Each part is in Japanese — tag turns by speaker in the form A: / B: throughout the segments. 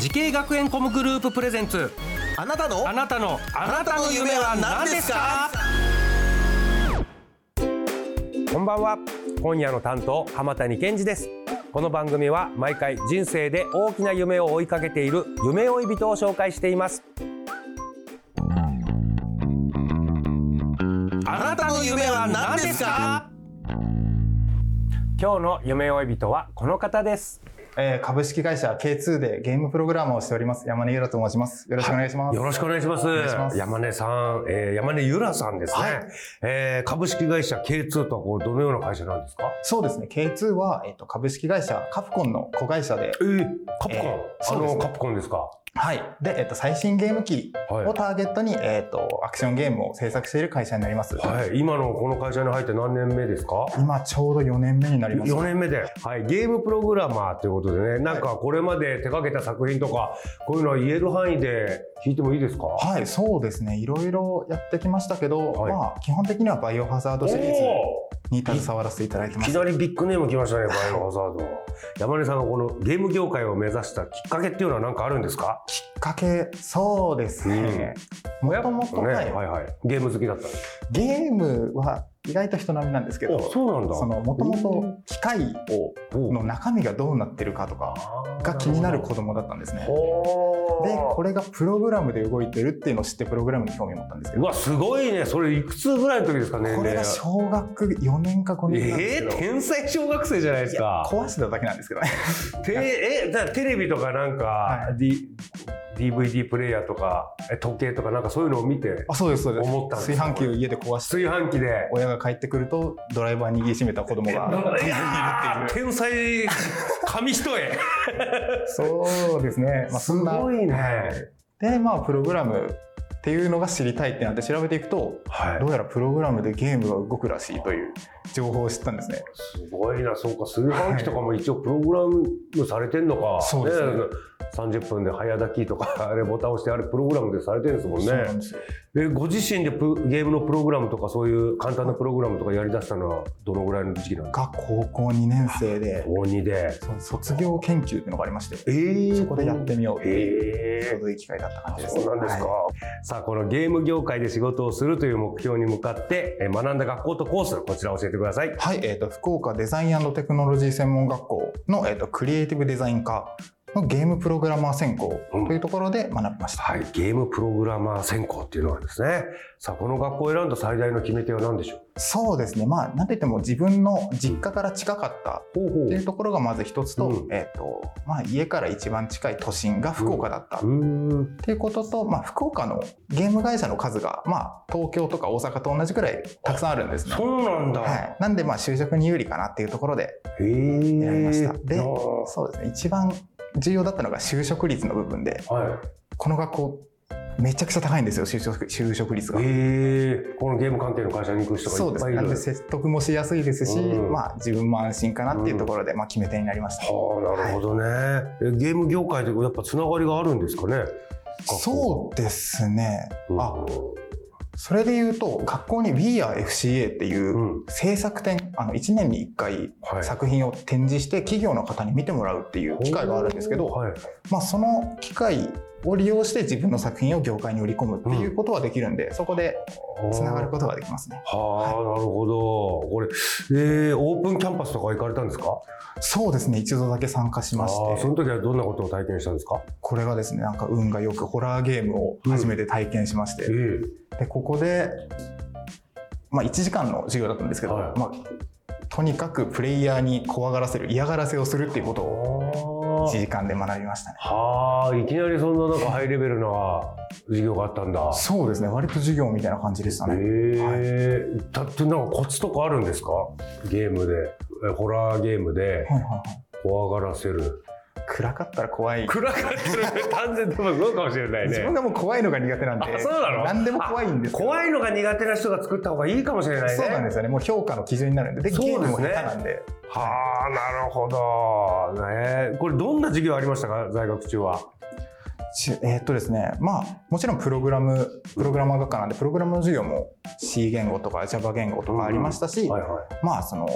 A: 時系学園コムグループプレゼンツ
B: あなたの
A: あなたのあなたの夢は何ですかこんばんは今夜の担当浜谷健二ですこの番組は毎回人生で大きな夢を追いかけている夢追い人を紹介しています
B: あなたの夢は何ですか
A: 今日の夢追い人はこの方です
C: えー株式会社 K2 でゲームプログラマーをしております山根ゆらと申します。よろしくお願いします。
A: よろしくお願いします。
C: 願いします
A: 山根さん、えー山根ゆらさんですね。
C: はい
A: えー株式会社 K2 とはこれどのような会社なんですか
C: そうですね。K2 は、えっと株式会社カプコンの子会社で、
A: えー、カプコン、
C: えーそうです
A: あの
C: ね
A: カプコンですか。
C: はい。で、えっと最新ゲーム機
A: はい
C: をターゲットに、えっとアクションゲームを制作している会社になります。
A: はい、今のこの会社に入って何年目ですか
C: 今ちょうど4年目になります。
A: 4年目で、はい、ゲームプログラマーということでね、なんかこれまで手掛けた作品とか、こういうのは言える範囲で聞いてもいいですか
C: はい、そうですね。いろいろやってきましたけど、
A: はい
C: まあ基本的にはバイオハザー
A: お
C: ド
A: ー
C: シリーズ
A: い
C: に携わらせていただいてま
A: き
C: す。
A: なりビッグネーム来ましたね、バイオハザード。山根さんがこのゲーム業界を目指したきっかけっていうのは何かあるんですか
C: きっかけ、そうですね。もともと
A: ね、
C: は
A: はいいはい。ゲーム好きだったんです。
C: ゲームは意外と人並みなんですけ
A: あ
C: ど、
A: そうなんだ。
C: そのもともと機械を
A: おう
C: の中身がどうなってるかとかが気になる子供だったんですね。
A: ほー
C: でこれがプログラムで動いてるっていうのを知ってプログラムに興味を持ったんですけ
A: う
C: ど
A: わ、すごいね。それいくつぐらいの時ですかね。
C: これが小学4年か5年なんです
A: え
C: け
A: ー、
C: ど、
A: 天才小学生じゃないですか。
C: 壊してただけなんですけどね
A: てえだからテレビとかなんか、
C: は
A: D、DVD プレイヤーとかえ時計とかなんかそういうのを見て
C: あそうですそうです
A: 思ったんです
C: 炊飯器を家で壊し
A: 炊
C: て
A: 飯器で。
C: 親が帰ってくるとドライバー握りしめた子 供が
A: いやー天才紙一重
C: そうですね、 まあ、そんな
A: すごいね
C: でまあプログラムっていうのが知りたいってなって調べていくと
A: はい
C: どうやらプログラムでゲームが動くらしいという情報を知ったんですね。
A: すごいなそうか炊飯器とかも一応プログラムされてんのか、
C: そうですね
A: ね30分で早炊きとかあれボタン押してあれプログラムでされてるんですもん
C: そうな
A: ね
C: んですよ
A: えご自身でプゲームのプログラムとかそういう簡単なプログラムとかやりだしたのはどのぐらいの時期なんですか
C: が高校2年生で
A: 高2で
C: そう卒業研究っていうのがありまして
A: えー
C: そこでやってみようっていう、
A: えー
C: ちょうどいい機会だった感じです。
A: そうなんですか、
C: はい
A: さあこのゲーム業界で仕事をするという目標に向かってえー学んだ学校とコースこちら教えてください
C: はい、えっ、と、福岡デザインテクノロジー専門学校の、えっ、と、クリエイティブデザイン科のゲームプログラマー専攻というところで学びました。
A: はいゲームプログラマー専攻っていうのはですねさあこの学校を選んだ最大の決め手は何でしょう
C: そうですね。まあ、なんといっても自分の実家から近かった
A: ほう
C: っていう
A: う
C: ところがまず一つと、
A: うん
C: えっ、と、まあ、家から一番近い都心が福岡だった。
A: ーん
C: っていうことと、まあ、福岡のゲーム会社の数が、まあ、東京とか大阪と同じくらいたくさんあるんですね。
A: そうなんだ、
C: はい、なんでまあ就職に有利かなっていうところで
A: へえ
C: 選びました。で
A: あー
C: そうですね一番重要だったのが就職率の部分で
A: は
C: この学校めちゃくちゃ高いんですよ就職就職率が
A: い、へ。えこのゲーム関係の会社に行く人
C: そう
A: が
C: です
A: い
C: ね
A: っぱ
C: ない
A: い
C: んで
A: る
C: 説得もしやすいですし、
A: うん
C: まあ、自分も安心かなっていうところで、まあ、決め手になりました。
A: はあなるほどね、えゲーム業界でやっぱつながりがあるんですかね
C: そうですね、あ
A: う
C: それで言うと学校に We are FCA っていう、
A: ん、うん
C: 制作展あの1年に1回
A: はい
C: 作品を展示して企業の方に見てもらうっていう機会があるんですけど、
A: はい、
C: まあ、その機会を利用して自分の作品を業界に売り込むっていうことはできるんで、そこでつながることができますね。
A: はあ、なるほど。これ、えーオープンキャンパスとか行かれたんですか。
C: そうですね一度だけ参加しまし
A: あーそ
C: て
A: の時はどんなことを体験したんですか。
C: これがですねなんか運がよくホラーゲームを初めて体験しまして、
A: え
C: でここで、まあ、1時間の授業だったんですけど、
A: はい
C: まあ、とにかくプレイヤーに怖がらせる嫌がらせをするっていうことを
A: は
C: 1時間で学びましたね。
A: あ。はあ、いきなりそんななんかハイレベルな授業があったんだ。
C: そうですね割と授業みたいな感じでした
A: え
C: ね。
A: えだってなんかコツとかあるんですか。ゲームで、えホラーゲームで
C: はいはいはい
A: 怖がらせる。
C: 暗かったら怖い。
A: 暗かったら完全に多分そうかもしれない
C: 自分
A: ね。
C: がもう怖いのが苦手なんで、
A: あそうなの
C: 何でも怖いんですけど
A: 怖いのが苦手な人が作った方がいいかもしれないね。
C: そうなんですよね。もう評価の基準になるんで、で
A: そうで
C: ゲ
A: す
C: ー
A: ね
C: ムも下手なんで。
A: はあ、なるほど。ね、これどんな授業ありましたか、在学中は。
C: しえーっとですね、まあ、もちろんプログラム、プログラマー学科なんで、プログラムの授業も C 言語とか Java 言語とかありましたし、
A: はいはい。
C: まあ、その、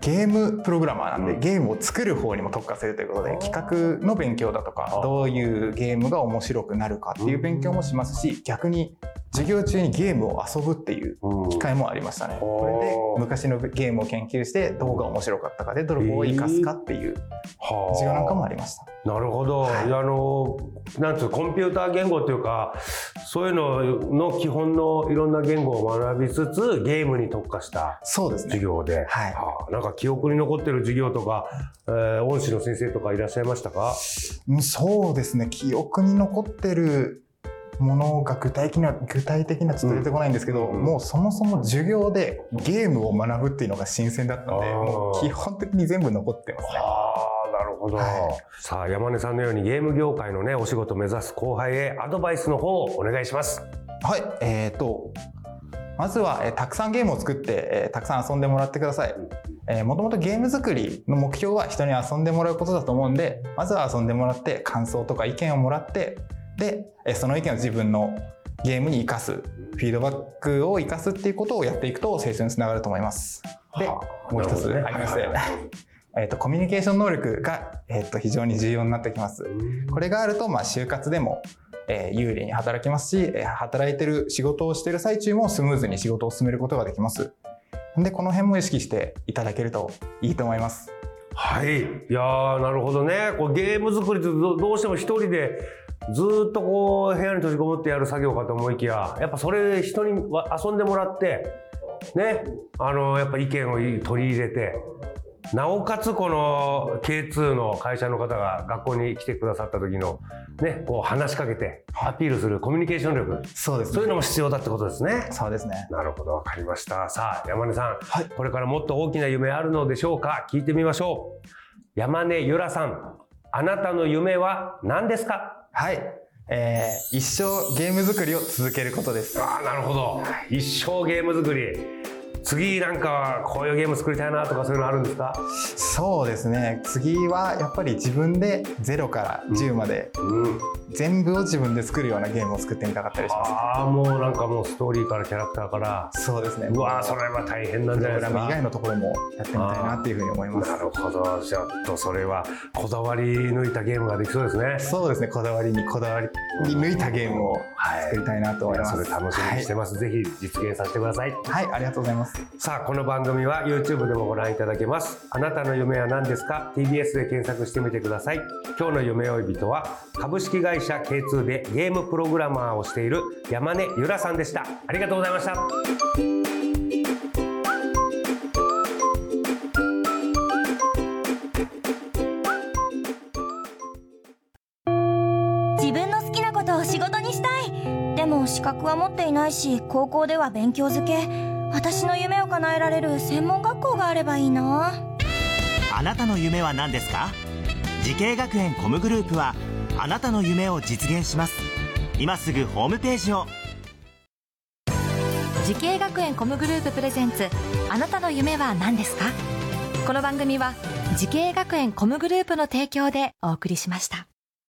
C: ゲームプログラマーなんで、
A: うん
C: ゲームを作る方にも特化するということ
A: あ
C: で
A: ー
C: 企画の勉強だと
A: あ
C: か
A: ー
C: どういうゲームが面白くなるかっていう勉強もしますし逆に授業中にゲームを遊ぶっていう
A: うん
C: 機会もありましたね。
A: あー
C: これで昔のゲームを研究してどうが面白かったかでどれを生かすかっていう
A: はあ
C: 授業なんかもありました。
A: なるほど、いやあのなんつうのコンピューター言語というかそういうのの基本のいろんな言語を学びつつゲームに特化した
C: そうですね
A: 授。業で、
C: はい
A: あなんか記憶に残ってる授業とか、えー恩師の先生とかいらっしゃいましたか
C: うんそうですね。記憶に残ってるものが具体的な、具体的なちょっと出てこないんですけど、
A: うん
C: もうそもそも授業でゲームを学ぶっていうのが新鮮だったので、
A: あー
C: もう基本的に全部残ってますね。
A: あーなるほど、
C: はい
A: さあ山根さんのようにゲーム業界のねお仕事を目指す後輩へアドバイスの方をお願いします
C: はい、えー、と、まずは、えーたくさんゲームを作って、えーたくさん遊んでもらってください。えー、もともとゲーム作りの目標は人に遊んでもらうことだと思うんで、まずは遊んでもらって、感想とか意見をもらって、で、えーその意見を自分のゲームに生かす、フィードバックを生かすっていうことをやっていくと成長につながると思います。で、
A: は
C: も
A: あ
C: う一
A: なるほ
C: つ
A: どね
C: ありまし
A: はい
C: て
A: は、
C: えーと、コミュニケーション能力が、えー、と非常に重要になってきます。これがあると、まあ、就活でも、えー有利に働きますし、えー働いてる仕事をしてる最中もスムーズに仕事を進めることができます。で、この辺も意識していただけるといいと思います。
A: はい、いやーなるほどねこうゲーム作りってどどうしても一人でずーっとこう部屋に閉じこもってやる作業かと思いきややっぱそれ人にわ遊んでもらってねあのやっぱ意見を取り入れてなおかつこの K2 の会社の方が学校に来てくださった時のねこう話しかけてアピールするコミュニケーション力
C: そうです
A: そういうのも必要だってことですね。
C: そうですね。
A: なるほどわかりましたさあ山根さん、
C: はい
A: これからもっと大きな夢あるのでしょうか聞いてみましょう山根由良さんあなたの夢は何ですか
C: はい。えー一生ゲーム作りを続けることです。
A: ああなるほど一生ゲーム作り次なんかこういうゲーム作りたいなとかそういうのあるんですか
C: そうですね。次はやっぱり自分で0から10まで
A: うん
C: 全部を自分で作るようなゲームを作ってみたかったりします。
A: ああもうなんかもうストーリーからキャラクターから
C: そうですね。
A: うわーそれは大変なん
C: プ
A: じゃないで
C: ログラ
A: す
C: ム以外
A: か
C: のところもやってみたいなっていうふうに思います
A: な。るほどちょっとそれはこだわり抜いたゲームができそうですね
C: そうですね、こだわりにこだわりに抜いたゲームを
A: はい
C: 作りたいなと思います。
A: それ楽しみにしてます、ぜひ実現させてください
C: はい、はい、ありがとうございます。
A: さあこの番組は YouTube でもご覧いただけますあなたの夢は何ですか TBS で検索してみてください今日の夢追い人は株式会社 K2 でゲームプログラマーをしている山根由良さんでしたありがとうございました
D: 自分の好きなことを仕事にしたいでも資格は持っていないし高校では勉強づけ私の夢を叶えられる専門学校があればいいな
B: あなたの夢は何ですか時系学園コムグループはあなたの夢を実現します今すぐホームページを
E: 時系学園コムグループプレゼンツあなたの夢は何ですかこの番組は時系学園コムグループの提供でお送りしました